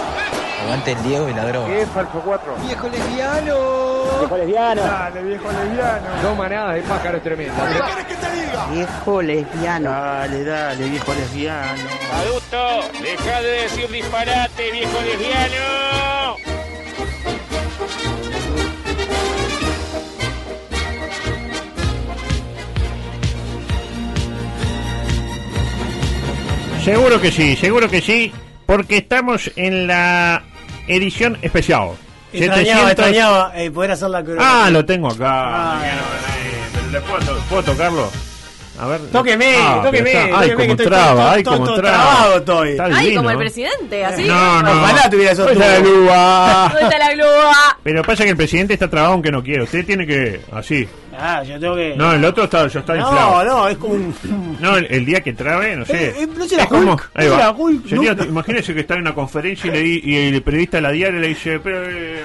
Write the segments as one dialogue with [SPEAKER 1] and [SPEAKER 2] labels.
[SPEAKER 1] Aguante el Diego y la droga.
[SPEAKER 2] ¿Qué es Falso 4?
[SPEAKER 3] ¡Viejo lesbiano!
[SPEAKER 2] ¡Viejo lesbiano!
[SPEAKER 3] ¡Dale, viejo lesbiano!
[SPEAKER 4] No manada de pájaros tremenda.
[SPEAKER 3] ¿Qué quieres que te diga?
[SPEAKER 5] ¡Viejo lesbiano!
[SPEAKER 2] Dale, dale, viejo lesbiano.
[SPEAKER 6] Adulto, deja de decir disparate, viejo lesbiano.
[SPEAKER 7] Seguro que sí, seguro que sí porque estamos en la edición especial.
[SPEAKER 8] Extrañaba, 700... extrañaba eh, poder hacer la
[SPEAKER 7] Ah, lo tengo acá. Ah, ¿Le puedo, puedo, tocarlo? A ver.
[SPEAKER 8] Tóqueme, ah, tóqueme.
[SPEAKER 7] Está... Ay,
[SPEAKER 8] tóqueme,
[SPEAKER 7] como traba, ay, como traba.
[SPEAKER 8] estoy.
[SPEAKER 9] Ay, como el presidente, así.
[SPEAKER 7] Eh, No, no.
[SPEAKER 8] Ojalá tuviera eso.
[SPEAKER 7] ¿Dónde está la glúa?
[SPEAKER 9] ¿Dónde está la glúa?
[SPEAKER 7] Pero pasa que el presidente está trabado aunque no quiera. Usted tiene que. Así.
[SPEAKER 8] Ah, yo tengo que.
[SPEAKER 7] No, el otro está, yo está
[SPEAKER 8] no, No,
[SPEAKER 7] inflado.
[SPEAKER 8] no, es como un.
[SPEAKER 7] No, el, el día que trabe, no sé.
[SPEAKER 8] Eh, eh, no será como.
[SPEAKER 7] Ahí
[SPEAKER 8] no
[SPEAKER 7] va. Hulk, Sería, no, imagínese que está en una conferencia y, le, di, y el periodista de la diaria le dice, pero eh,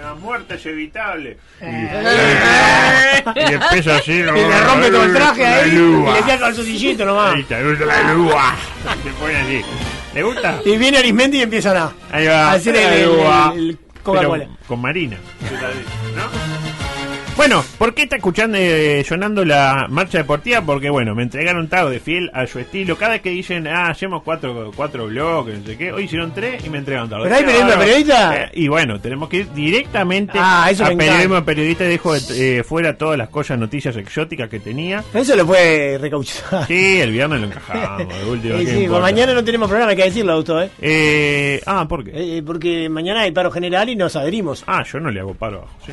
[SPEAKER 7] la muerte es evitable. Y, y empieza así. Y
[SPEAKER 8] Eh. le rompe todo el traje ahí. Y le queda calzoncillito nomás.
[SPEAKER 7] Ahí está, la lúa. Se pone así. ¿Le gusta?
[SPEAKER 8] Y viene Arismendi y empiezan a.
[SPEAKER 7] Ahí
[SPEAKER 8] A
[SPEAKER 7] va.
[SPEAKER 8] hacer el, el, el Coca-Cola.
[SPEAKER 7] Con Marina. ¿No? Bueno, ¿por qué está escuchando eh, sonando la marcha deportiva? Porque bueno, me entregaron tarde, fiel a su estilo. Cada vez que dicen, ah, hacemos cuatro, cuatro bloques, no sé qué, hoy hicieron tres y me entregaron tarde.
[SPEAKER 8] ¿Pero hay periodismo periodista?
[SPEAKER 7] Eh, y bueno, tenemos que ir directamente
[SPEAKER 8] ah, eso
[SPEAKER 7] a
[SPEAKER 8] me
[SPEAKER 7] periodismo periodista y dejo eh, fuera todas las cosas, noticias exóticas que tenía.
[SPEAKER 8] Eso lo puede recauchar.
[SPEAKER 7] Sí, el viernes lo encajamos, el último.
[SPEAKER 8] sí, sí por mañana no tenemos programa, hay que decirlo, Augusto, ¿eh?
[SPEAKER 7] eh ah, ¿por qué?
[SPEAKER 8] porque mañana hay paro general y nos adherimos.
[SPEAKER 7] Ah, yo no le hago paro abajo, sí.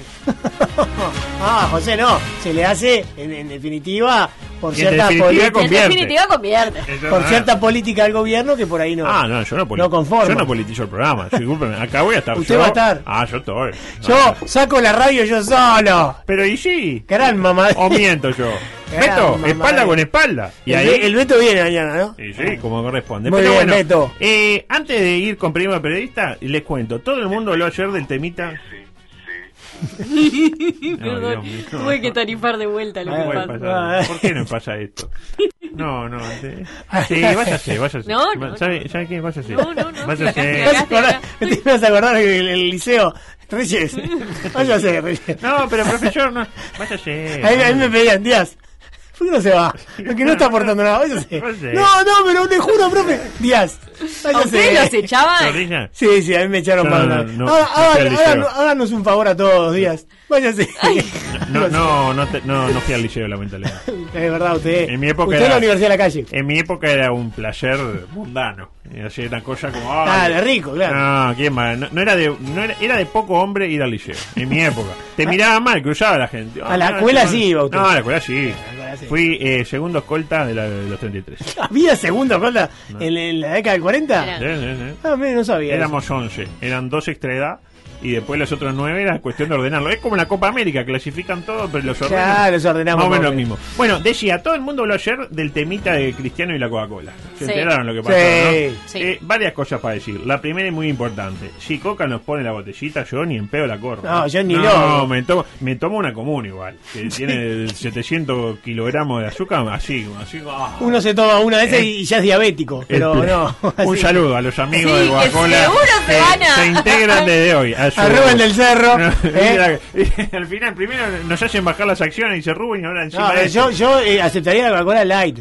[SPEAKER 8] Ah, José, no. Se le hace, en, en definitiva, por
[SPEAKER 7] en
[SPEAKER 8] cierta
[SPEAKER 7] definitiva
[SPEAKER 8] política.
[SPEAKER 9] En definitiva convierte.
[SPEAKER 8] Por verdad. cierta política del gobierno que por ahí no.
[SPEAKER 7] Ah, no, yo no,
[SPEAKER 8] no conformo.
[SPEAKER 7] Yo no politizo el programa. Discúlpeme, acá voy a estar.
[SPEAKER 8] Usted
[SPEAKER 7] yo.
[SPEAKER 8] va a estar.
[SPEAKER 7] Ah, yo estoy. No,
[SPEAKER 8] yo saco la radio yo solo.
[SPEAKER 7] Pero y sí.
[SPEAKER 8] Gran mamá.
[SPEAKER 7] O miento yo. Beto, espalda con espalda.
[SPEAKER 8] Y el, ahí... el Beto viene mañana, ¿no?
[SPEAKER 7] Sí, sí, como corresponde.
[SPEAKER 8] Muy
[SPEAKER 7] Pero
[SPEAKER 8] bien,
[SPEAKER 7] bueno,
[SPEAKER 8] Beto.
[SPEAKER 7] Eh, antes de ir con Prima Periodista, les cuento. Todo el mundo habló ayer del temita.
[SPEAKER 9] no, Perdón, Dios, no, tuve no, que tarifar de vuelta lo
[SPEAKER 8] Ah,
[SPEAKER 9] que
[SPEAKER 7] pasa. ¿Por qué no pasa esto? No, no. Te...
[SPEAKER 8] Ah.
[SPEAKER 7] Sí, váyase, váyase.
[SPEAKER 9] No, no.
[SPEAKER 7] ¿Sabe, ¿sabe qué? Váyase.
[SPEAKER 9] No, no, no.
[SPEAKER 7] Váyase.
[SPEAKER 8] ¿Te vas a acordar del el liceo? Reyes. Váyase, Reyes.
[SPEAKER 7] No, pero profesor, no. Váyase.
[SPEAKER 8] Ahí, a mí me pedían, Díaz. ¿Por qué no se va? Porque no está aportando nada. Váyase. No, no, pero le juro, profe. Díaz.
[SPEAKER 9] ¿A ustedes los echaban?
[SPEAKER 8] Sí, sí, a mí me echaron
[SPEAKER 7] No, no,
[SPEAKER 8] para
[SPEAKER 7] no, no,
[SPEAKER 8] Ah, ah,
[SPEAKER 7] no fui al
[SPEAKER 8] ah,
[SPEAKER 7] liceo.
[SPEAKER 8] Háganos un favor a todos, Díaz. Váyase.
[SPEAKER 7] No, no, no, te- no, no fui al liceo, lamentablemente.
[SPEAKER 8] Es verdad, usted.
[SPEAKER 7] En mi época
[SPEAKER 8] usted es
[SPEAKER 7] era-
[SPEAKER 8] la Universidad de la Calle.
[SPEAKER 7] En mi época era un placer mundano. Hacía una cosa como. ay,
[SPEAKER 8] Dale, Ah, rico, claro.
[SPEAKER 7] No, ¿quién más? No, no era de no era, era de poco hombre ir al liceo, en mi época. Te miraba mal, cruzaba la gente.
[SPEAKER 8] A la
[SPEAKER 7] no,
[SPEAKER 8] escuela
[SPEAKER 7] no,
[SPEAKER 8] sí iba usted.
[SPEAKER 7] No, a la escuela sí.
[SPEAKER 8] escuela sí.
[SPEAKER 7] Fui eh, segundo escolta de, la- de los 33.
[SPEAKER 8] ¿Había segundo colta en, en la década del 40?
[SPEAKER 9] Era.
[SPEAKER 7] Eh, eh, eh.
[SPEAKER 8] Ah, mire, no sabía. eso.
[SPEAKER 7] Éramos 11, eran dos extra edad y después los otros 9 era cuestión de ordenarlo. Es como la Copa América, clasifican todo, pero los ordenan.
[SPEAKER 8] Ya, los ordenamos.
[SPEAKER 7] Más o menos
[SPEAKER 8] más
[SPEAKER 7] lo mismo. Bueno, decía, todo el mundo habló ayer del temita de Cristiano y la Coca-Cola. Se
[SPEAKER 9] Sí.
[SPEAKER 7] enteraron lo que pasó,
[SPEAKER 8] Sí.
[SPEAKER 7] ¿no?
[SPEAKER 9] Sí.
[SPEAKER 7] Eh, varias cosas para decir. La primera es muy importante. Si Coca nos pone la botellita, yo ni en pedo la corro.
[SPEAKER 8] No, yo ni
[SPEAKER 7] No,
[SPEAKER 8] loco.
[SPEAKER 7] me tomo, me tomo una común igual. Que tiene 700 kilogramos de azúcar, así, como así. ah.
[SPEAKER 8] Uno se toma una de esas y ya es diabético, pero
[SPEAKER 7] El-
[SPEAKER 8] no.
[SPEAKER 7] Eh. Este, Un
[SPEAKER 8] así.
[SPEAKER 7] saludo a los amigos
[SPEAKER 9] Sí,
[SPEAKER 7] de
[SPEAKER 9] que
[SPEAKER 7] Coca-Cola.
[SPEAKER 9] seguro se van a-
[SPEAKER 7] se integran desde hoy. A su-
[SPEAKER 8] A Rubén del Cerro.
[SPEAKER 7] No,
[SPEAKER 8] ¿eh?
[SPEAKER 7] mira, al final, primero nos hacen bajar las acciones y se Rubén y ahora
[SPEAKER 8] No,
[SPEAKER 7] encima.
[SPEAKER 8] pero
[SPEAKER 7] de
[SPEAKER 8] yo
[SPEAKER 7] eso.
[SPEAKER 8] yo eh, aceptaría la Coca-Cola Light.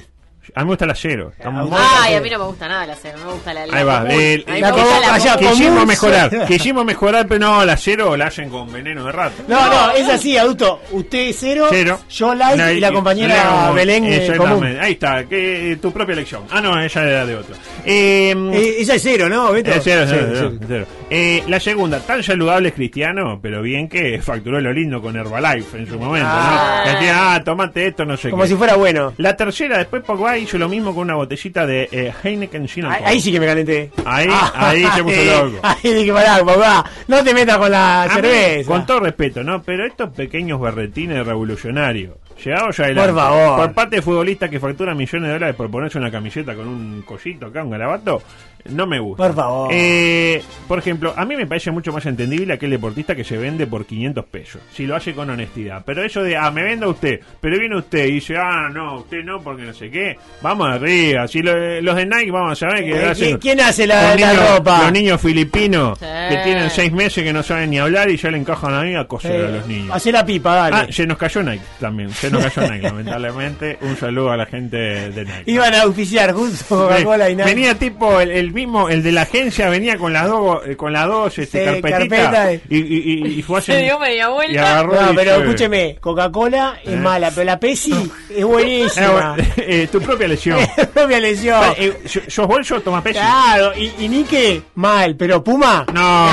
[SPEAKER 7] A mí me gusta la Yero. Está muy-
[SPEAKER 9] Ay, a mí no me gusta nada la cero, no me gusta la
[SPEAKER 7] Ahí va.
[SPEAKER 9] la-
[SPEAKER 7] el-
[SPEAKER 9] Ahí me gusta la-
[SPEAKER 8] allá,
[SPEAKER 7] quisimos
[SPEAKER 8] común.
[SPEAKER 7] mejorar. Quisimos mejorar, pero no, la Yero la hacen con veneno de rato.
[SPEAKER 8] No, no, es así, adulto. Usted cero,
[SPEAKER 7] Cero.
[SPEAKER 8] yo like y la compañera
[SPEAKER 7] Leo,
[SPEAKER 8] Belén eh,
[SPEAKER 7] exactamente.
[SPEAKER 8] común.
[SPEAKER 7] Ahí está, que, eh, tu propia elección. Ah, no, ella era de otro. Eh,
[SPEAKER 8] Eh, ella es cero, ¿no, Beto?
[SPEAKER 7] eh, cero,
[SPEAKER 8] Sí,
[SPEAKER 7] cero,
[SPEAKER 8] sí.
[SPEAKER 7] cero, cero. Eh, la segunda, tan saludable es Cristiano, pero bien que facturó lo lindo con Herbalife en su momento.
[SPEAKER 8] Ah.
[SPEAKER 7] ¿no? Que decía, ah, tomate esto, no sé
[SPEAKER 8] Como
[SPEAKER 7] qué.
[SPEAKER 8] si fuera bueno.
[SPEAKER 7] La tercera, después Pogba hizo lo mismo con una botellita de eh, Heineken sin
[SPEAKER 8] Ahí,
[SPEAKER 7] alcohol.
[SPEAKER 8] ahí sí que me calenté. Ah, eh,
[SPEAKER 7] Ahí, ahí se puso loco.
[SPEAKER 8] Ahí dije, pará, papá, no te metas con la
[SPEAKER 7] A mí,
[SPEAKER 8] cerveza.
[SPEAKER 7] con todo respeto, ¿no? Pero estos pequeños berretines revolucionarios, llegados ya adelante.
[SPEAKER 8] Por favor.
[SPEAKER 7] Por parte de futbolistas que facturan millones de dólares por ponerse una camiseta con un collito acá, un garabato, no me gusta.
[SPEAKER 8] Por favor.
[SPEAKER 7] Eh, por ejemplo, a mí me parece mucho más entendible aquel deportista que se vende por 500 pesos, si lo hace con honestidad. Pero eso de, ah, me venda usted, pero viene usted y dice, ah, no, usted no, porque no sé qué, vamos arriba. Si lo- los de Nike, vamos a saber que
[SPEAKER 8] Eh,
[SPEAKER 7] hacen-
[SPEAKER 8] ¿quién- quién hace la-
[SPEAKER 7] los
[SPEAKER 8] la
[SPEAKER 7] niños-
[SPEAKER 8] ropa?
[SPEAKER 7] Los niños filipinos
[SPEAKER 9] Sí.
[SPEAKER 7] que tienen seis meses que no saben ni hablar y ya le encajan a mí a coser a los niños.
[SPEAKER 8] Eh, Hacé la pipa,
[SPEAKER 7] Ah,
[SPEAKER 8] dale.
[SPEAKER 7] se nos cayó Nike también, se nos cayó Nike, lamentablemente. Un saludo a la gente de Nike.
[SPEAKER 8] Iban a oficiar junto Coca-Cola y nada.
[SPEAKER 7] Venía tipo el, el mismo, el de la agencia venía con las dos, eh, con las dos este,
[SPEAKER 8] Sí,
[SPEAKER 7] carpetitas
[SPEAKER 8] carpeta, eh.
[SPEAKER 7] y, y, y- y fue
[SPEAKER 9] Se
[SPEAKER 7] así,
[SPEAKER 9] dio media
[SPEAKER 7] y
[SPEAKER 9] vuelta.
[SPEAKER 7] agarró
[SPEAKER 8] No,
[SPEAKER 7] y
[SPEAKER 8] pero
[SPEAKER 7] dice,
[SPEAKER 8] escúcheme, Coca-Cola es
[SPEAKER 7] Eh.
[SPEAKER 8] mala, pero la Pepsi es
[SPEAKER 7] eh,
[SPEAKER 8] buenísima.
[SPEAKER 7] bueno, eh, tu propia lesión.
[SPEAKER 8] Es propia lesión.
[SPEAKER 7] Eh, ¿sos- ¿Sos bolso? Toma peso.
[SPEAKER 8] Claro, y, y Nike, mal, pero Puma.
[SPEAKER 7] No,
[SPEAKER 9] No,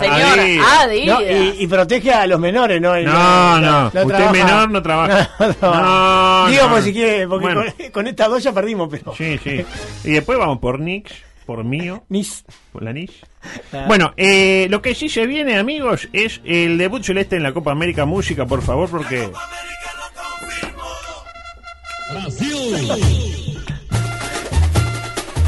[SPEAKER 7] Adidas,
[SPEAKER 9] señor,
[SPEAKER 7] Adidas.
[SPEAKER 8] No,
[SPEAKER 9] Adidas.
[SPEAKER 8] y, y protege a los menores, ¿no? El-
[SPEAKER 7] No, no. Usted
[SPEAKER 8] trabaja.
[SPEAKER 7] menor no trabaja.
[SPEAKER 8] No, no trabaja.
[SPEAKER 7] No,
[SPEAKER 8] Digo,
[SPEAKER 7] no.
[SPEAKER 8] por si quiere, porque
[SPEAKER 7] Bueno.
[SPEAKER 8] con, con estas dos ya perdimos, pero.
[SPEAKER 7] Sí, sí. Y después vamos por Nix, por mío,
[SPEAKER 8] Nis.
[SPEAKER 7] por la Nix.
[SPEAKER 8] Ah.
[SPEAKER 7] Bueno, eh, lo que sí se viene, amigos, es el debut celeste en la Copa América. Música, por favor, porque.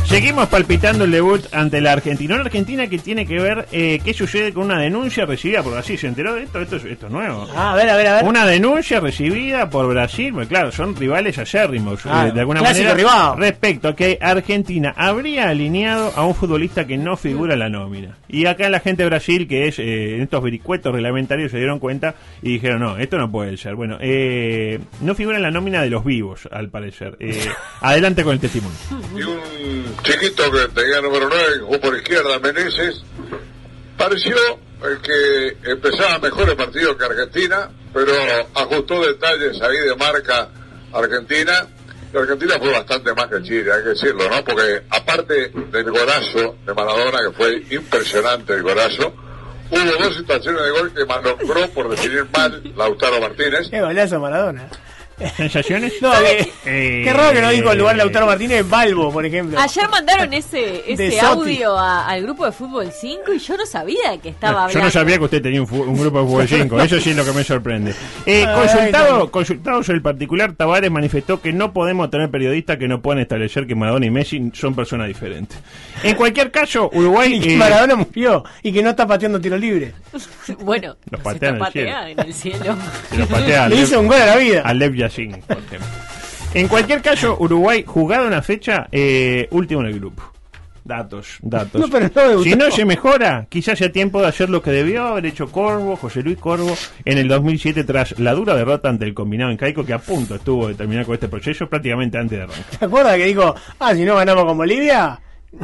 [SPEAKER 7] Seguimos palpitando el debut ante la Argentina. Una Argentina que tiene que ver eh, qué sucede con una denuncia recibida por Brasil. ¿Se enteró de esto? Esto es, esto es nuevo.
[SPEAKER 8] Ah, a ver, a ver, a ver.
[SPEAKER 7] Una denuncia recibida por Brasil, porque claro, son rivales acérrimos,
[SPEAKER 8] Ah,
[SPEAKER 7] eh, de alguna
[SPEAKER 8] clásico
[SPEAKER 7] manera,
[SPEAKER 8] rival.
[SPEAKER 7] respecto a que Argentina habría alineado a un futbolista que no figura en la nómina. Y acá la gente de Brasil, que es eh, en estos vericuetos reglamentarios, se dieron cuenta y dijeron, no, esto no puede ser. Bueno, eh, no figura en la nómina de los vivos, al parecer. Eh, adelante con el testimonio.
[SPEAKER 10] y un chiquito que tenía número 9, jugó por izquierda, Meneses, pareció el que empezaba mejor el partido que Argentina, pero ajustó detalles ahí de marca Argentina. La Argentina fue bastante más que Chile, hay que decirlo, ¿no? Porque aparte del golazo de Maradona, que fue impresionante el golazo, hubo dos situaciones de gol que malogró por definir mal Lautaro Martínez.
[SPEAKER 8] Qué golazo Maradona.
[SPEAKER 7] ¿Sensaciones?
[SPEAKER 8] No, que-
[SPEAKER 7] Eh,
[SPEAKER 8] qué raro que no dijo el lugar de Lautaro Martínez Balbo, por ejemplo.
[SPEAKER 9] Ayer mandaron ese,
[SPEAKER 8] De
[SPEAKER 9] ese
[SPEAKER 8] Soti.
[SPEAKER 9] audio a- al grupo de Fútbol 5 y yo no sabía que estaba hablando.
[SPEAKER 7] Yo no sabía que usted tenía un, fu- un grupo de fútbol 5, eso sí es lo que me sorprende. Eh,
[SPEAKER 8] Ay,
[SPEAKER 7] consultado,
[SPEAKER 8] no.
[SPEAKER 7] consultado sobre el particular, Tavares manifestó que no podemos tener periodistas que no puedan establecer que Maradona y Messi son personas diferentes. En cualquier caso, Uruguay...
[SPEAKER 8] Y que
[SPEAKER 7] eh,
[SPEAKER 8] Maradona murió y que no está pateando tiro libre.
[SPEAKER 9] Bueno,
[SPEAKER 7] Los
[SPEAKER 9] no se
[SPEAKER 7] patean en
[SPEAKER 9] está
[SPEAKER 7] el
[SPEAKER 9] pateada en el cielo.
[SPEAKER 7] se lo patea a
[SPEAKER 8] Le
[SPEAKER 7] Lev-
[SPEAKER 8] hizo un gol a la vida.
[SPEAKER 7] a Lev Yashin, por ejemplo. En cualquier caso, Uruguay, jugada una fecha, eh, último en el grupo. Datos, datos.
[SPEAKER 8] No, pero no me gustó.
[SPEAKER 7] si no se mejora, quizás sea tiempo de hacer lo que debió haber hecho Corvo, José Luis Corvo, en el 2007 tras la dura derrota ante el combinado en Caico, que a punto estuvo de terminar con este proceso prácticamente antes de arrancar.
[SPEAKER 8] ¿Te acuerdas que dijo, ah, si no ganamos con Bolivia?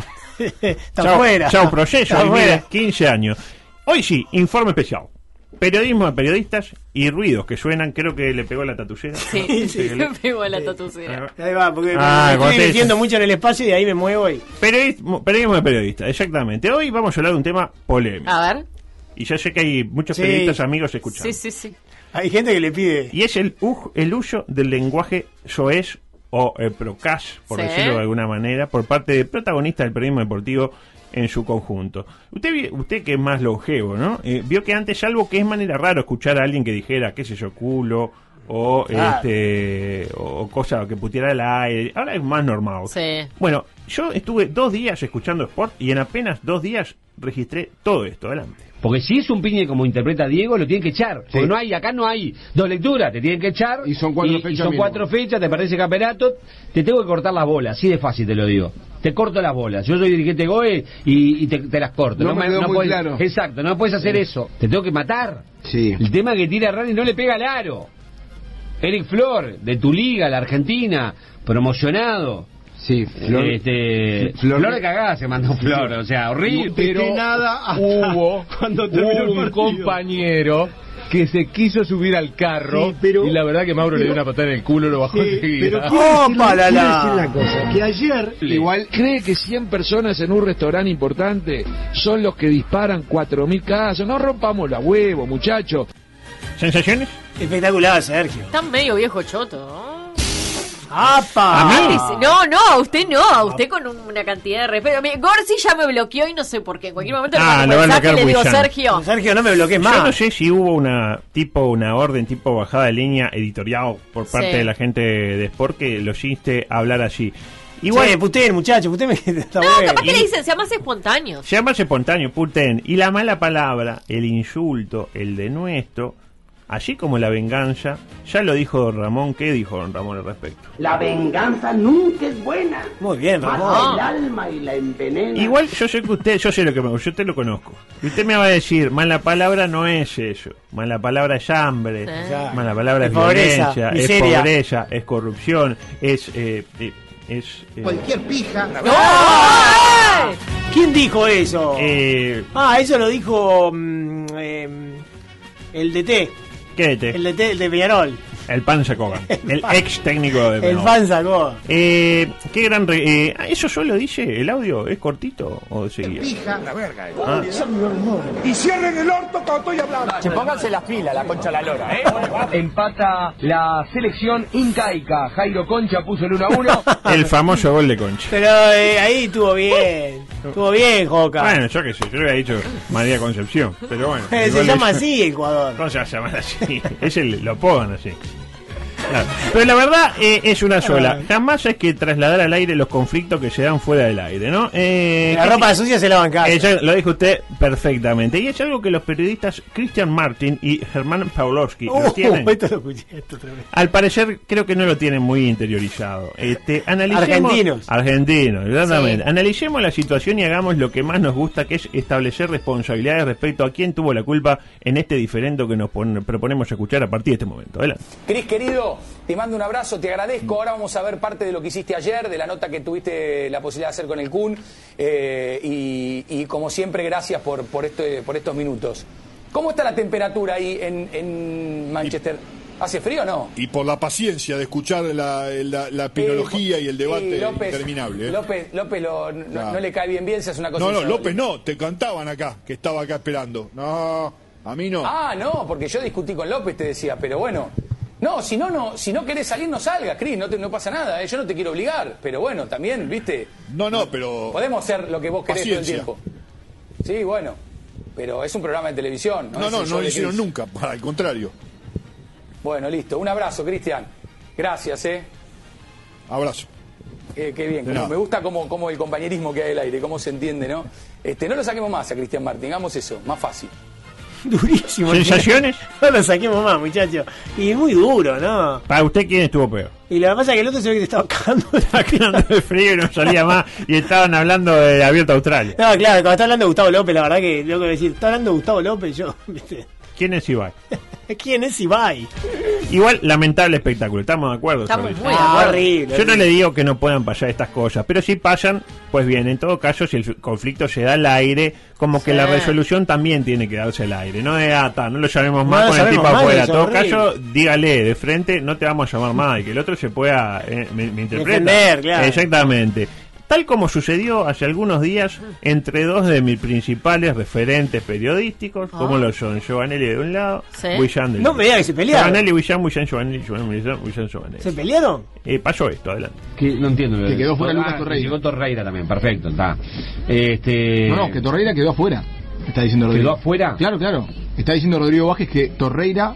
[SPEAKER 8] está fuera.
[SPEAKER 7] Chao, proceso,
[SPEAKER 8] Está
[SPEAKER 7] y mira,
[SPEAKER 8] fuera.
[SPEAKER 7] 15 años. Hoy sí, informe especial. Periodismo de periodistas y ruidos que suenan, creo que le pegó la tatucera.
[SPEAKER 9] Sí,
[SPEAKER 8] Sí,
[SPEAKER 9] sí, me pegó a la tatucera.
[SPEAKER 8] Ahí va, porque
[SPEAKER 7] Ah,
[SPEAKER 8] me
[SPEAKER 7] cuando te-
[SPEAKER 8] estoy metiendo mucho en el espacio y de ahí me muevo y.
[SPEAKER 7] Periodismo, periodismo de periodista, exactamente. Hoy vamos a hablar de un tema polémico.
[SPEAKER 9] A ver.
[SPEAKER 7] Y ya sé que hay muchos
[SPEAKER 8] Sí.
[SPEAKER 7] periodistas amigos escuchando.
[SPEAKER 9] Ah. Sí, sí, sí.
[SPEAKER 8] Hay gente que le pide.
[SPEAKER 7] Y es el, uj- el uso del lenguaje soez o eh, procas, por
[SPEAKER 9] Sí.
[SPEAKER 7] decirlo de alguna manera, por parte de protagonistas del periodismo deportivo en su conjunto. Usted vi- usted que es más longevo, ¿no? Eh, vio que antes, algo que es manera raro escuchar a alguien que dijera, qué sé yo, culo, o,
[SPEAKER 8] Claro.
[SPEAKER 7] este, o cosa que puteara al aire. Ahora es más normal.
[SPEAKER 9] Sí.
[SPEAKER 7] Bueno, yo estuve dos días escuchando Sport y en apenas dos días registré todo esto. Adelante.
[SPEAKER 5] Porque si es un piñe como interpreta Diego, lo tienen que echar. Porque no hay, acá no hay dos lecturas, te tienen que echar. Y son
[SPEAKER 11] cuatro fechas
[SPEAKER 5] son
[SPEAKER 11] mínimo.
[SPEAKER 5] cuatro fechas, te perdés el campeonato, te tengo que cortar las bolas, así de fácil te lo digo. Te corto las bolas. Yo soy dirigente de GOE y, y te, te las corto.
[SPEAKER 11] No me quedó muy
[SPEAKER 5] podés-
[SPEAKER 11] claro.
[SPEAKER 5] Exacto, no puedes hacer
[SPEAKER 11] Sí.
[SPEAKER 5] eso. Te tengo que matar.
[SPEAKER 11] Sí.
[SPEAKER 5] El tema que tira Rani no le pega al aro. Eric Flor, de tu liga, la Argentina, promocionado.
[SPEAKER 11] Sí, Flor,
[SPEAKER 5] Este, Flor, de cagada se mandó Flor, o sea, horrible.
[SPEAKER 11] No pero nada hubo,
[SPEAKER 5] cuando terminó el
[SPEAKER 11] hubo un
[SPEAKER 5] partido.
[SPEAKER 11] compañero que se quiso subir al carro
[SPEAKER 12] Sí, pero-
[SPEAKER 11] y la verdad que Mauro le dio
[SPEAKER 12] pero-
[SPEAKER 11] una patada en el culo y lo bajó
[SPEAKER 12] Sí,
[SPEAKER 11] enseguida.
[SPEAKER 12] pero quiero decir- quiero decir una cosa, que ayer igual cree que 100 personas en un restaurante importante son los que disparan 4.000 casos. No rompamos la huevo, muchachos.
[SPEAKER 7] ¿Sensaciones?
[SPEAKER 8] Espectacular, Sergio.
[SPEAKER 9] Está medio viejo choto, ¿no?
[SPEAKER 7] Ah.
[SPEAKER 8] ¡Apa!
[SPEAKER 9] Dice, No, no, a usted no, a usted con un- una cantidad de respeto. Mire, Gorsi ya me bloqueó y no sé por qué. En cualquier momento le
[SPEAKER 7] Ah, lo
[SPEAKER 9] mando un
[SPEAKER 7] van a
[SPEAKER 9] mensaje y
[SPEAKER 7] bloquear
[SPEAKER 9] le digo,
[SPEAKER 7] Willian.
[SPEAKER 9] Sergio.
[SPEAKER 8] Sergio, no me bloquees más.
[SPEAKER 7] Yo no sé si hubo una tipo una orden tipo bajada de línea editorial por parte
[SPEAKER 9] Sí.
[SPEAKER 7] de la gente de Sport que lo hiciste hablar allí.
[SPEAKER 8] Igual, puteen, muchacho, puteen me está
[SPEAKER 9] No,
[SPEAKER 8] bueno.
[SPEAKER 9] capaz que le dicen, sea más espontáneo.
[SPEAKER 7] Se llama espontáneo, puten. Y la mala palabra, el insulto, el denuesto, así como la venganza, ya lo dijo don Ramón. ¿Qué dijo don Ramón al respecto?
[SPEAKER 13] La venganza nunca es buena.
[SPEAKER 8] Muy bien,
[SPEAKER 13] Mata
[SPEAKER 8] Ramón.
[SPEAKER 13] el alma y la envenena.
[SPEAKER 7] Igual yo sé que usted, yo sé lo que me yo te lo conozco. Y usted me va a decir, mala palabra no es eso. Mala palabra es hambre,
[SPEAKER 8] Sí.
[SPEAKER 7] mala palabra es,
[SPEAKER 8] Es pobreza,
[SPEAKER 7] violencia, es
[SPEAKER 8] miseria.
[SPEAKER 7] pobreza, es corrupción, es... eh, eh, es eh,
[SPEAKER 8] pija. ¿Quién dijo eso?
[SPEAKER 7] eh,
[SPEAKER 8] Ah, eso lo dijo mm, eh, el DT.
[SPEAKER 7] ¿Qué te?
[SPEAKER 8] El
[SPEAKER 7] El,
[SPEAKER 8] DT, el de Peñarol.
[SPEAKER 7] panza Cogan, el ex técnico de
[SPEAKER 8] El
[SPEAKER 7] Peñarol.
[SPEAKER 8] fan sacó.
[SPEAKER 7] Eh, qué gran... re- eh, ¿Eso yo lo dije? ¿El audio es cortito o seguía?
[SPEAKER 3] La verga.
[SPEAKER 7] Ah.
[SPEAKER 3] Y cierren el orto cuando estoy hablando.
[SPEAKER 2] Che, pónganse las pilas, la concha la lora, ¿eh?
[SPEAKER 4] Empata la selección incaica. Jairo Concha puso el 1 a 1.
[SPEAKER 7] El famoso gol de Concha.
[SPEAKER 8] Pero eh, ahí estuvo bien. Estuvo bien, Joca.
[SPEAKER 7] Uh. Bueno, yo qué sé, yo le había dicho María Concepción, pero bueno.
[SPEAKER 8] Eh, se
[SPEAKER 7] igual
[SPEAKER 8] llama
[SPEAKER 7] es-
[SPEAKER 8] así el jugador.
[SPEAKER 7] ¿Cómo se va a llamar así? es el, lo apodan así. Claro. Pero la verdad eh, es una sola.
[SPEAKER 8] Ah.
[SPEAKER 7] Jamás hay que trasladar al aire los conflictos que se dan fuera del aire, ¿no? Eh,
[SPEAKER 8] La
[SPEAKER 7] ¿qué-
[SPEAKER 8] ropa sucia se lava en casa.
[SPEAKER 7] Eh, ya lo dijo usted perfectamente. Y es algo que los periodistas Christian Martin y Germán Pawlowski lo
[SPEAKER 8] Uh,
[SPEAKER 7] tienen.
[SPEAKER 8] esto lo escuché, esto otra vez.
[SPEAKER 7] Al parecer, creo que no lo tienen muy interiorizado. Este, analicemos,
[SPEAKER 8] Argentinos.
[SPEAKER 7] Argentinos, exactamente.
[SPEAKER 8] Sí.
[SPEAKER 7] Analicemos la situación y hagamos lo que más nos gusta, que es establecer responsabilidades respecto a quién tuvo la culpa en este diferendo que nos pon- proponemos escuchar a partir de este momento. Adelante.
[SPEAKER 14] Cris, querido, te mando un abrazo, te agradezco. Ahora vamos a ver parte de lo que hiciste ayer, de la nota que tuviste la posibilidad de hacer con el Kun. eh, y, y como siempre, gracias por, por, este, por estos minutos. ¿Cómo está la temperatura ahí en, en Manchester? ¿Hace frío o no?
[SPEAKER 15] Y por la paciencia de escuchar la, la, la
[SPEAKER 14] Pinología
[SPEAKER 15] pinología y el debate interminable. ¿eh?
[SPEAKER 14] López, López lo- no,
[SPEAKER 15] Claro.
[SPEAKER 14] no le cae bien bien, se hace una cosa
[SPEAKER 15] No, no,
[SPEAKER 14] insólita.
[SPEAKER 15] López no, te cantaban acá, que estaba acá esperando. No, a mí no.
[SPEAKER 14] Ah, no, porque yo discutí con López, te decía, pero bueno. No, si no, no, si no querés salir, no salgas, Cris, no, te- no pasa nada, ¿eh? yo no te quiero obligar, pero bueno, también, viste.
[SPEAKER 15] No, no, pero.
[SPEAKER 14] Podemos ser lo que vos querés
[SPEAKER 15] Paciencia.
[SPEAKER 14] todo el tiempo. Sí, bueno, pero es un programa de televisión.
[SPEAKER 15] No,
[SPEAKER 14] Es
[SPEAKER 15] no,
[SPEAKER 14] el
[SPEAKER 15] no
[SPEAKER 14] show
[SPEAKER 15] lo
[SPEAKER 14] de
[SPEAKER 15] hicieron
[SPEAKER 14] Cris.
[SPEAKER 15] nunca, para el contrario.
[SPEAKER 14] Bueno, listo, un abrazo, Cristian. Gracias, ¿eh?
[SPEAKER 15] Abrazo.
[SPEAKER 14] Qué, qué bien,
[SPEAKER 15] De
[SPEAKER 14] cómo-
[SPEAKER 15] nada.
[SPEAKER 14] me gusta como, como el compañerismo que hay del aire, cómo se entiende, ¿no? Este, no lo saquemos más a Cristian Martín, hagamos eso, más fácil.
[SPEAKER 8] Durísimo.
[SPEAKER 7] ¿Sensaciones?
[SPEAKER 8] No lo saquemos más, muchacho. Y es muy duro, ¿no?
[SPEAKER 7] Para usted, ¿quién estuvo peor?
[SPEAKER 8] Y lo que pasa es que el otro se ve que te estaba cagando.
[SPEAKER 7] de frío y no salía más. Y estaban hablando de Abierta Australia.
[SPEAKER 8] No, claro, cuando está hablando de Gustavo López, la verdad que loco decir, está hablando de Gustavo López, yo, ¿viste?
[SPEAKER 7] ¿Quién es Ibai?
[SPEAKER 8] ¿Quién es Ibai?
[SPEAKER 7] Igual, lamentable espectáculo, estamos de acuerdo.
[SPEAKER 8] Estamos
[SPEAKER 7] sobre
[SPEAKER 8] muy
[SPEAKER 7] eso.
[SPEAKER 8] de acuerdo. Ah, Horrible,
[SPEAKER 7] Yo no
[SPEAKER 8] horrible.
[SPEAKER 7] le digo que no puedan pasar estas cosas, pero si pasan, pues bien, en todo caso, si el conflicto se da al aire, como que
[SPEAKER 8] Sí.
[SPEAKER 7] la resolución también tiene que darse al aire. No de ata, no lo llamemos
[SPEAKER 8] No
[SPEAKER 7] más
[SPEAKER 8] lo
[SPEAKER 7] con el tipo
[SPEAKER 8] llamemos más,
[SPEAKER 7] afuera.
[SPEAKER 8] es
[SPEAKER 7] En todo
[SPEAKER 8] horrible.
[SPEAKER 7] caso, dígale de frente, no te vamos a llamar más y que el otro se pueda. eh, me, me interpreta.
[SPEAKER 8] Defender, claro.
[SPEAKER 7] Exactamente. Tal como sucedió hace algunos días entre dos de mis principales referentes periodísticos, como
[SPEAKER 8] Ah.
[SPEAKER 7] lo son Giovanelli de un lado,
[SPEAKER 8] Sí.
[SPEAKER 7] Willian del
[SPEAKER 8] No
[SPEAKER 7] otro.
[SPEAKER 8] me diga que se pelearon.
[SPEAKER 7] Giovanelli, Willian, Willian, Giovanelli, Giovanelli, Willian, Willian, Giovanelli.
[SPEAKER 8] ¿Se pelearon?
[SPEAKER 7] Eh, pasó esto, adelante.
[SPEAKER 5] no entiendo.
[SPEAKER 7] Que quedó fuera Lucas
[SPEAKER 5] Ah,
[SPEAKER 7] Torreira.
[SPEAKER 5] Llegó Torreira también, perfecto, está. Este...
[SPEAKER 11] No, no, que Torreira quedó afuera. Está diciendo Rodrigo.
[SPEAKER 5] ¿Quedó afuera?
[SPEAKER 11] Claro, claro. Está diciendo Rodrigo Vázquez que Torreira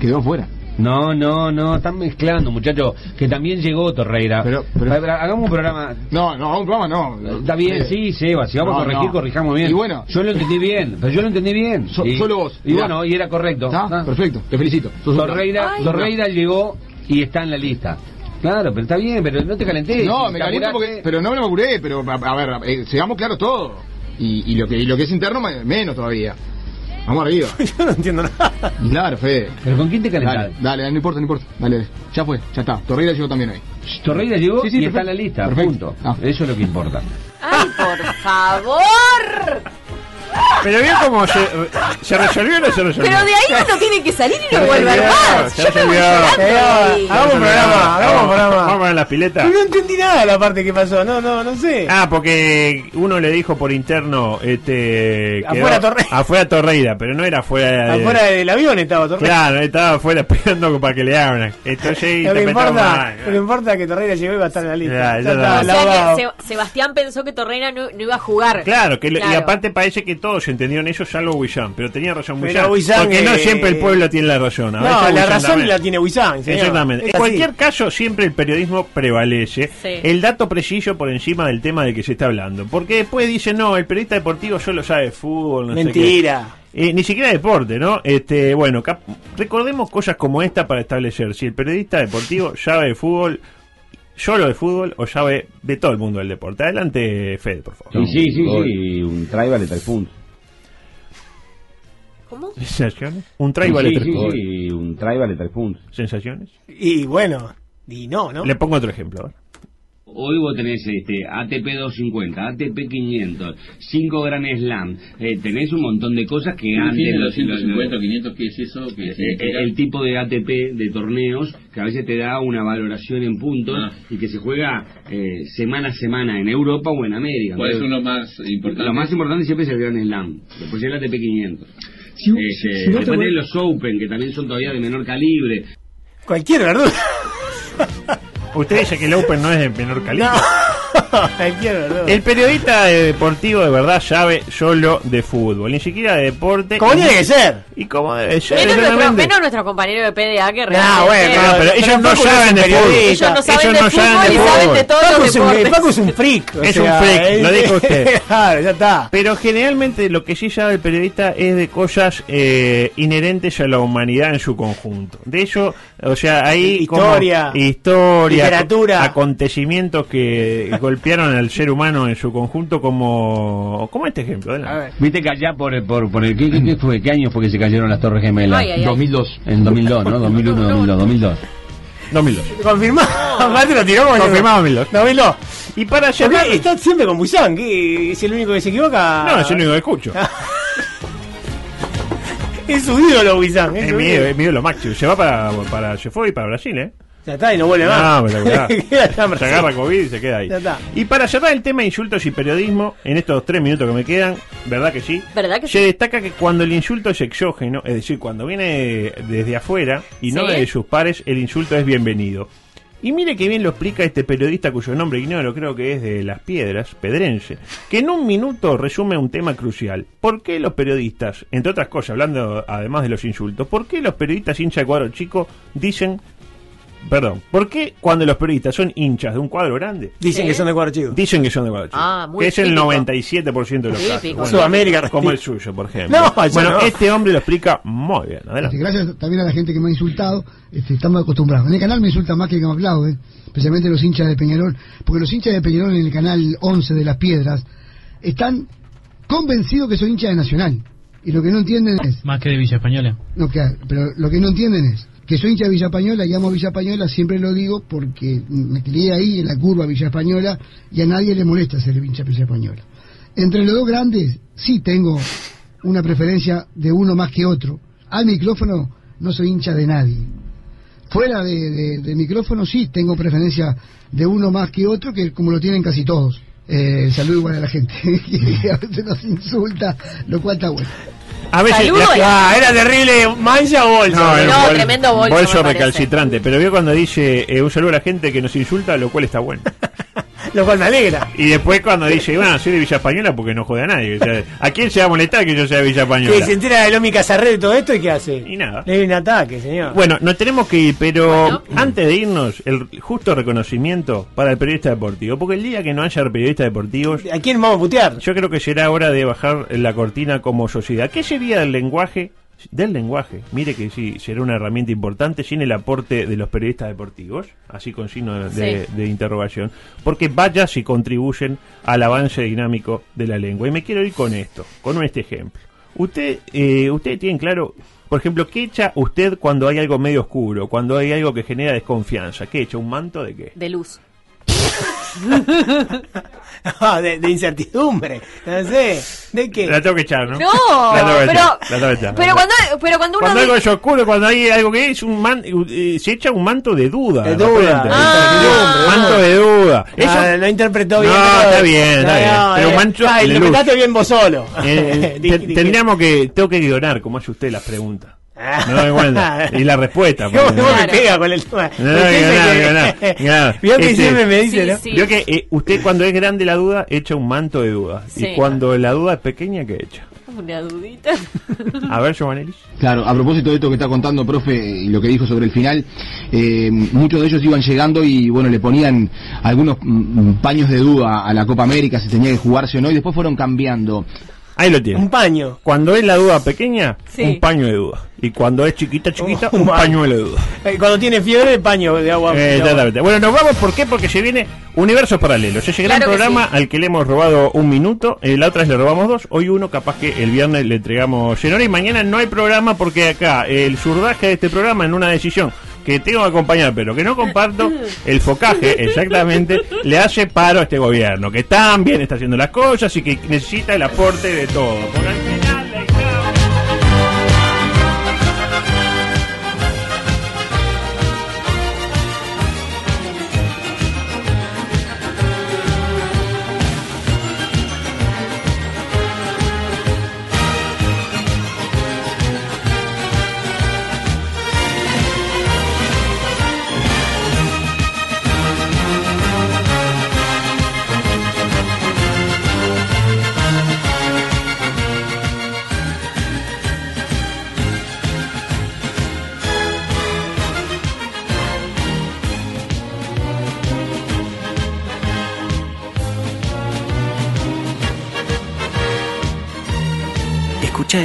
[SPEAKER 11] quedó afuera.
[SPEAKER 5] No, no, no, están mezclando, muchachos, que también llegó Torreira. Pero, hagamos un programa.
[SPEAKER 11] No, no, hagamos un programa, no. Eh,
[SPEAKER 5] Está bien, sí, Seba, si vamos
[SPEAKER 11] No,
[SPEAKER 5] a corregir,
[SPEAKER 11] no.
[SPEAKER 5] corrijamos bien.
[SPEAKER 11] Y bueno.
[SPEAKER 5] yo lo entendí bien, pero yo lo entendí bien.
[SPEAKER 11] So-
[SPEAKER 5] Y-
[SPEAKER 11] solo vos.
[SPEAKER 5] Y
[SPEAKER 11] Mirá.
[SPEAKER 5] bueno, y era correcto. Ah.
[SPEAKER 11] ¿Está? Perfecto, te felicito. Sos un
[SPEAKER 5] Torreira,
[SPEAKER 11] crack.
[SPEAKER 5] Torreira llegó y está en la lista. Claro, pero está bien, pero no te calenté.
[SPEAKER 11] No, me caliento porque. Pero no me lo curé, pero a, a ver, eh, seamos claros todo. Y, y lo que, y lo que es interno, me- menos todavía. Vamos arriba.
[SPEAKER 8] Yo no entiendo nada.
[SPEAKER 11] Claro, Fede.
[SPEAKER 5] ¿Pero con quién te calentás?
[SPEAKER 11] Dale, dale, dale, no importa, no importa. Dale, dale. ya fue, ya está. Torreira llegó también hoy.
[SPEAKER 5] Torreira llegó y está en la lista, punto.
[SPEAKER 11] Ah.
[SPEAKER 5] Eso es lo que importa.
[SPEAKER 9] ¡Ay, por favor!
[SPEAKER 7] Pero vio cómo se, se resolvió o no se resolvió.
[SPEAKER 9] Pero de ahí uno tiene que salir y no volver más.
[SPEAKER 7] Ya se Eh, ah, vio.
[SPEAKER 8] Hagamos un programa, hagamos un programa.
[SPEAKER 7] Vamos a la pileta.
[SPEAKER 8] Pero no entendí nada la parte que pasó, no, no, no sé.
[SPEAKER 7] Ah, porque uno le dijo por interno, este... quedó-
[SPEAKER 8] Afuera Torreira.
[SPEAKER 7] Afuera Torreira, pero no era afuera de...
[SPEAKER 8] Afuera del avión estaba Torreira.
[SPEAKER 7] Claro, estaba afuera esperando para que le abran. Entonces
[SPEAKER 8] Lo que
[SPEAKER 7] interpretamos
[SPEAKER 8] importa,
[SPEAKER 7] mal.
[SPEAKER 8] lo que importa es que Torreira llegó y va a estar en la lista. Ya,
[SPEAKER 7] Ya,
[SPEAKER 8] está,
[SPEAKER 7] ya está.
[SPEAKER 9] O sea
[SPEAKER 8] lavado.
[SPEAKER 9] que Se- Sebastián pensó que Torreira no, no iba a jugar.
[SPEAKER 7] Claro, que lo- y
[SPEAKER 9] Claro.
[SPEAKER 7] aparte parece que todos entendieron eso, salvo William, pero tenía razón
[SPEAKER 8] Pero
[SPEAKER 7] William,
[SPEAKER 8] Guillán,
[SPEAKER 7] porque no
[SPEAKER 8] eh,
[SPEAKER 7] siempre el pueblo tiene la razón. a
[SPEAKER 8] No,
[SPEAKER 7] veces
[SPEAKER 8] la
[SPEAKER 7] Guillán
[SPEAKER 8] razón
[SPEAKER 7] también.
[SPEAKER 8] la tiene Wissam, señor.
[SPEAKER 7] Exactamente.
[SPEAKER 8] Es
[SPEAKER 7] En
[SPEAKER 8] así.
[SPEAKER 7] cualquier caso, siempre el periodismo prevalece.
[SPEAKER 9] Sí.
[SPEAKER 7] El dato preciso por encima del tema del que se está hablando. Porque después dice, no, el periodista deportivo solo sabe de fútbol, no sé qué".
[SPEAKER 8] Mentira.
[SPEAKER 7] Eh, ni siquiera deporte, ¿no? Este, bueno, cap- recordemos cosas como esta para establecer si el periodista deportivo sabe de fútbol, solo de fútbol o sabe de todo el mundo del deporte. Adelante, Fede, por favor.
[SPEAKER 16] Y sí, sí, sí, un try vale tres puntos.
[SPEAKER 9] ¿Cómo?
[SPEAKER 7] ¿Sensaciones? Un try vale
[SPEAKER 16] Sí,
[SPEAKER 7] tres
[SPEAKER 16] sí,
[SPEAKER 7] puntos.
[SPEAKER 16] sí, un try vale tres puntos.
[SPEAKER 7] ¿Sensaciones?
[SPEAKER 8] Y bueno, y no, ¿no?
[SPEAKER 7] Le pongo otro ejemplo. ¿eh?
[SPEAKER 17] Hoy vos tenés este ATP 250, ATP 500, 5 Grand Slam, eh, tenés un montón de cosas que
[SPEAKER 18] ¿Qué
[SPEAKER 17] antes...
[SPEAKER 18] tiene
[SPEAKER 17] los-
[SPEAKER 18] 250,
[SPEAKER 17] los-
[SPEAKER 18] 500? ¿Qué es eso? ¿Qué
[SPEAKER 17] eh, eh,
[SPEAKER 18] significa?
[SPEAKER 17] el tipo de ATP de torneos que a veces te da una valoración en puntos
[SPEAKER 18] Ah.
[SPEAKER 17] y que se juega eh, semana a semana en Europa o en América.
[SPEAKER 18] ¿Cuál es
[SPEAKER 17] Entonces,
[SPEAKER 18] uno más importante?
[SPEAKER 17] Lo más importante siempre es el Grand Slam, después el ATP 500. Este,
[SPEAKER 18] si no te
[SPEAKER 17] después
[SPEAKER 18] voy-
[SPEAKER 17] tenés los Open, que también son todavía de menor calibre.
[SPEAKER 8] Cualquier verdura.
[SPEAKER 7] Usted dice que el Open no es de menor calidad.
[SPEAKER 8] Cualquier verdura.
[SPEAKER 7] El periodista eh, deportivo de verdad sabe solo de fútbol, ni siquiera de deporte.
[SPEAKER 8] Como
[SPEAKER 7] Y-
[SPEAKER 8] tiene que ser.
[SPEAKER 7] Y como debe ser.
[SPEAKER 9] Menos nuestro,
[SPEAKER 7] exactamente.
[SPEAKER 9] menos nuestro compañero de PDA que
[SPEAKER 8] Ah, bueno,
[SPEAKER 7] No, pero ellos no
[SPEAKER 8] Facu es
[SPEAKER 7] saben
[SPEAKER 8] un
[SPEAKER 7] de fútbol.
[SPEAKER 8] periodista.
[SPEAKER 9] Ellos no saben
[SPEAKER 7] Ellos
[SPEAKER 9] de
[SPEAKER 7] no saben
[SPEAKER 9] fútbol
[SPEAKER 7] de
[SPEAKER 9] y saben de
[SPEAKER 7] fútbol.
[SPEAKER 9] todos
[SPEAKER 8] Facu
[SPEAKER 9] los
[SPEAKER 8] es, un,
[SPEAKER 9] deportes.
[SPEAKER 8] Facu es un freak. o
[SPEAKER 7] Es
[SPEAKER 8] sea,
[SPEAKER 7] un freak,
[SPEAKER 8] él-
[SPEAKER 7] lo dijo usted.
[SPEAKER 8] claro, ya está.
[SPEAKER 7] Pero generalmente lo que sí sabe el periodista es de cosas eh, inherentes a la humanidad en su conjunto. De eso, o sea, ahí como
[SPEAKER 8] Historia,
[SPEAKER 7] historia,
[SPEAKER 8] literatura.
[SPEAKER 7] acontecimientos que golpearon al ser humano en su conjunto, como, como este ejemplo. adelante.
[SPEAKER 16] Viste que allá por, por, por el... ¿qué, qué- qué fue? ¿Qué año fue que se cayeron las Torres Gemelas?
[SPEAKER 9] Ay, ay, ay.
[SPEAKER 16] 2002. En 2002, ¿no? 2001, 2002, 2002.
[SPEAKER 7] 2002.
[SPEAKER 8] Confirmado. Aparte lo tiró como
[SPEAKER 7] Confirmado, Milos.
[SPEAKER 8] 2002.
[SPEAKER 7] Y para
[SPEAKER 8] Porque
[SPEAKER 7] llegar.
[SPEAKER 8] está siempre con Buizán, que es el único que se equivoca.
[SPEAKER 7] No, es el único que escucho.
[SPEAKER 8] Es su ídolo, Buizán.
[SPEAKER 7] Es
[SPEAKER 8] su
[SPEAKER 7] mi,
[SPEAKER 8] ídolo.
[SPEAKER 7] es mi ídolo máximo. Se va para, para, se fue y para Brasil, ¿eh?
[SPEAKER 8] Ya está, y no vuelve más.
[SPEAKER 7] No, pero claro.
[SPEAKER 8] Queda allá en
[SPEAKER 7] se
[SPEAKER 8] Brasil.
[SPEAKER 7] agarra COVID y se queda ahí.
[SPEAKER 8] Ya está.
[SPEAKER 7] Y para cerrar el tema de insultos y periodismo, en estos tres minutos que me quedan, ¿verdad que sí?
[SPEAKER 9] ¿Verdad que
[SPEAKER 7] Se
[SPEAKER 9] sí?
[SPEAKER 7] destaca que cuando el insulto es exógeno, es decir, cuando viene desde afuera y no
[SPEAKER 9] Sí.
[SPEAKER 7] de sus pares, el insulto es bienvenido. Y mire que bien lo explica este periodista cuyo nombre ignoro, creo que es de Las Piedras, Pedrense, que en un minuto resume un tema crucial. ¿Por qué los periodistas, entre otras cosas, hablando además de los insultos, por qué los periodistas hincha de cuadro chico dicen Perdón, ¿por qué cuando los periodistas son hinchas de un cuadro grande,
[SPEAKER 8] Dicen que son de cuadro chico.
[SPEAKER 7] dicen que son de cuadro chico?
[SPEAKER 9] Ah, muy
[SPEAKER 7] que es el
[SPEAKER 9] típico.
[SPEAKER 7] 97% de los casos.
[SPEAKER 9] Típico.
[SPEAKER 8] Sudamérica,
[SPEAKER 7] como el
[SPEAKER 8] sí.
[SPEAKER 7] suyo, por ejemplo.
[SPEAKER 8] No, yo
[SPEAKER 7] bueno,
[SPEAKER 8] no.
[SPEAKER 7] este hombre lo explica muy bien.
[SPEAKER 19] Este,
[SPEAKER 7] Adelante.
[SPEAKER 19] gracias también a la gente que me ha insultado, este, estamos acostumbrados. En el canal me insultan más que el que me aplauden, especialmente los hinchas de Peñarol, porque los hinchas de Peñarol en el canal 11 de Las Piedras están convencidos que son hinchas de Nacional. Y lo que no entienden es,
[SPEAKER 20] Más que de Villa Española.
[SPEAKER 19] no, claro, pero lo que no entienden es que soy hincha de Villa Española y amo a Villa Española, siempre lo digo porque me crié ahí en la curva Villa Española y a nadie le molesta ser hincha de Villa Española. Entre los dos grandes, sí tengo una preferencia de uno más que otro. Al micrófono no soy hincha de nadie. Fuera de, de- de micrófono sí tengo preferencia de uno más que otro, que como lo tienen casi todos. Eh, el saludo igual a la gente, que a veces nos insulta, lo cual está bueno.
[SPEAKER 7] A
[SPEAKER 9] Saludo y-
[SPEAKER 8] Ah, era terrible. ¿Mancha o bolsa?
[SPEAKER 7] No, era un
[SPEAKER 9] No, tremendo bolso, me parece.
[SPEAKER 7] recalcitrante. Pero veo cuando dice eh, un saludo a la gente que nos insulta, lo cual está bueno.
[SPEAKER 8] Lo cual me alegra.
[SPEAKER 7] Y después cuando dice, bueno, soy de Villa Española porque no jode a nadie. O sea, ¿A quién se va a molestar que yo sea de Villa
[SPEAKER 8] Que
[SPEAKER 7] Española?
[SPEAKER 8] se entera de Lomi Casarre de todo esto y qué hace. Y
[SPEAKER 7] nada.
[SPEAKER 8] Le viene un ataque, señor.
[SPEAKER 7] Bueno, nos tenemos que ir, pero antes de irnos, el justo reconocimiento para el periodista deportivo. Porque el día que no haya periodistas deportivos,
[SPEAKER 8] ¿A quién vamos a putear?
[SPEAKER 7] yo creo que será hora de bajar la cortina como sociedad. ¿Qué sería del lenguaje? Del lenguaje. Mire que sí, será una herramienta importante sin el aporte de los periodistas deportivos, así con signo de,
[SPEAKER 21] Sí.
[SPEAKER 7] de interrogación. Porque vaya si contribuyen al avance dinámico de la lengua. Y me quiero ir con esto, con este ejemplo. Usted, eh, ustedes tienen claro, por ejemplo, ¿qué echa usted cuando hay algo medio oscuro? Cuando hay algo que genera desconfianza. ¿Qué echa? ¿Un manto de qué?
[SPEAKER 9] De luz.
[SPEAKER 8] No, Ah, de, de incertidumbre. No sé. ¿De qué?
[SPEAKER 7] La tengo que echar, ¿no?
[SPEAKER 9] No,
[SPEAKER 7] la tengo que echar,
[SPEAKER 9] pero-
[SPEAKER 7] la tengo que echar.
[SPEAKER 9] Pero cuando, pero cuando uno
[SPEAKER 7] Cuando
[SPEAKER 9] dice-
[SPEAKER 7] algo es oscuro, cuando hay algo que es un man, eh, se echa un manto de duda.
[SPEAKER 8] De
[SPEAKER 7] repente.
[SPEAKER 8] duda, de
[SPEAKER 9] Ah.
[SPEAKER 8] incertidumbre,
[SPEAKER 7] manto de duda. Eso- eh,
[SPEAKER 8] Ah, no interpretó bien.
[SPEAKER 7] No,
[SPEAKER 8] pero-
[SPEAKER 7] está bien, está bien. Pero
[SPEAKER 8] eh,
[SPEAKER 7] mancho
[SPEAKER 8] ah,
[SPEAKER 7] de luz.
[SPEAKER 8] interpretaste bien vos solo.
[SPEAKER 7] Eh,
[SPEAKER 8] Di-
[SPEAKER 7] te-
[SPEAKER 8] di-
[SPEAKER 7] tendríamos que, tengo que guionar como hace usted las preguntas. No me cuenta.
[SPEAKER 8] Ah.
[SPEAKER 7] Y la respuesta.
[SPEAKER 8] ¿Cómo,
[SPEAKER 7] porque-
[SPEAKER 8] cómo me pega con el tema?
[SPEAKER 7] No,
[SPEAKER 8] Me
[SPEAKER 7] que
[SPEAKER 8] dice
[SPEAKER 7] nada,
[SPEAKER 8] que-
[SPEAKER 7] que nada, que nada.
[SPEAKER 8] Vio que
[SPEAKER 7] Este,
[SPEAKER 8] siempre me dice, ¿no?
[SPEAKER 7] Vio que eh, usted cuando es grande la duda, echa un manto de duda.
[SPEAKER 9] Sí.
[SPEAKER 7] Y cuando la duda es pequeña, ¿qué echa?
[SPEAKER 9] Una dudita.
[SPEAKER 7] A ver, Giovanelli.
[SPEAKER 11] Claro, a propósito de esto que está contando, profe, y lo que dijo sobre el final, eh, muchos de ellos iban llegando y, bueno, le ponían algunos mm, paños de duda a la Copa América, si tenía que jugarse o no, y después fueron cambiando.
[SPEAKER 7] Ahí lo tiene. Un
[SPEAKER 8] paño.
[SPEAKER 7] Cuando es la duda pequeña,
[SPEAKER 8] Sí.
[SPEAKER 7] un paño de duda. Y cuando es chiquita, chiquita, un
[SPEAKER 8] man.
[SPEAKER 7] pañuelo de duda.
[SPEAKER 8] Eh, Cuando tiene fiebre, el paño de agua.
[SPEAKER 7] Eh, exactamente. Bueno, nos vamos, ¿por qué? Porque se viene Universos Paralelos. Ese gran
[SPEAKER 8] Claro que
[SPEAKER 7] programa
[SPEAKER 8] sí.
[SPEAKER 7] al que le hemos robado un minuto, eh, la otra vez le robamos dos, hoy uno, capaz que el viernes le entregamos lleno y mañana no hay programa porque acá el surdaje de este programa en una decisión que tengo que acompañar, pero que no comparto, el focaje exactamente le hace paro a este gobierno, que tan bien está haciendo las cosas y que necesita el aporte de todo. Porque al final la idea-
[SPEAKER 22] Escucha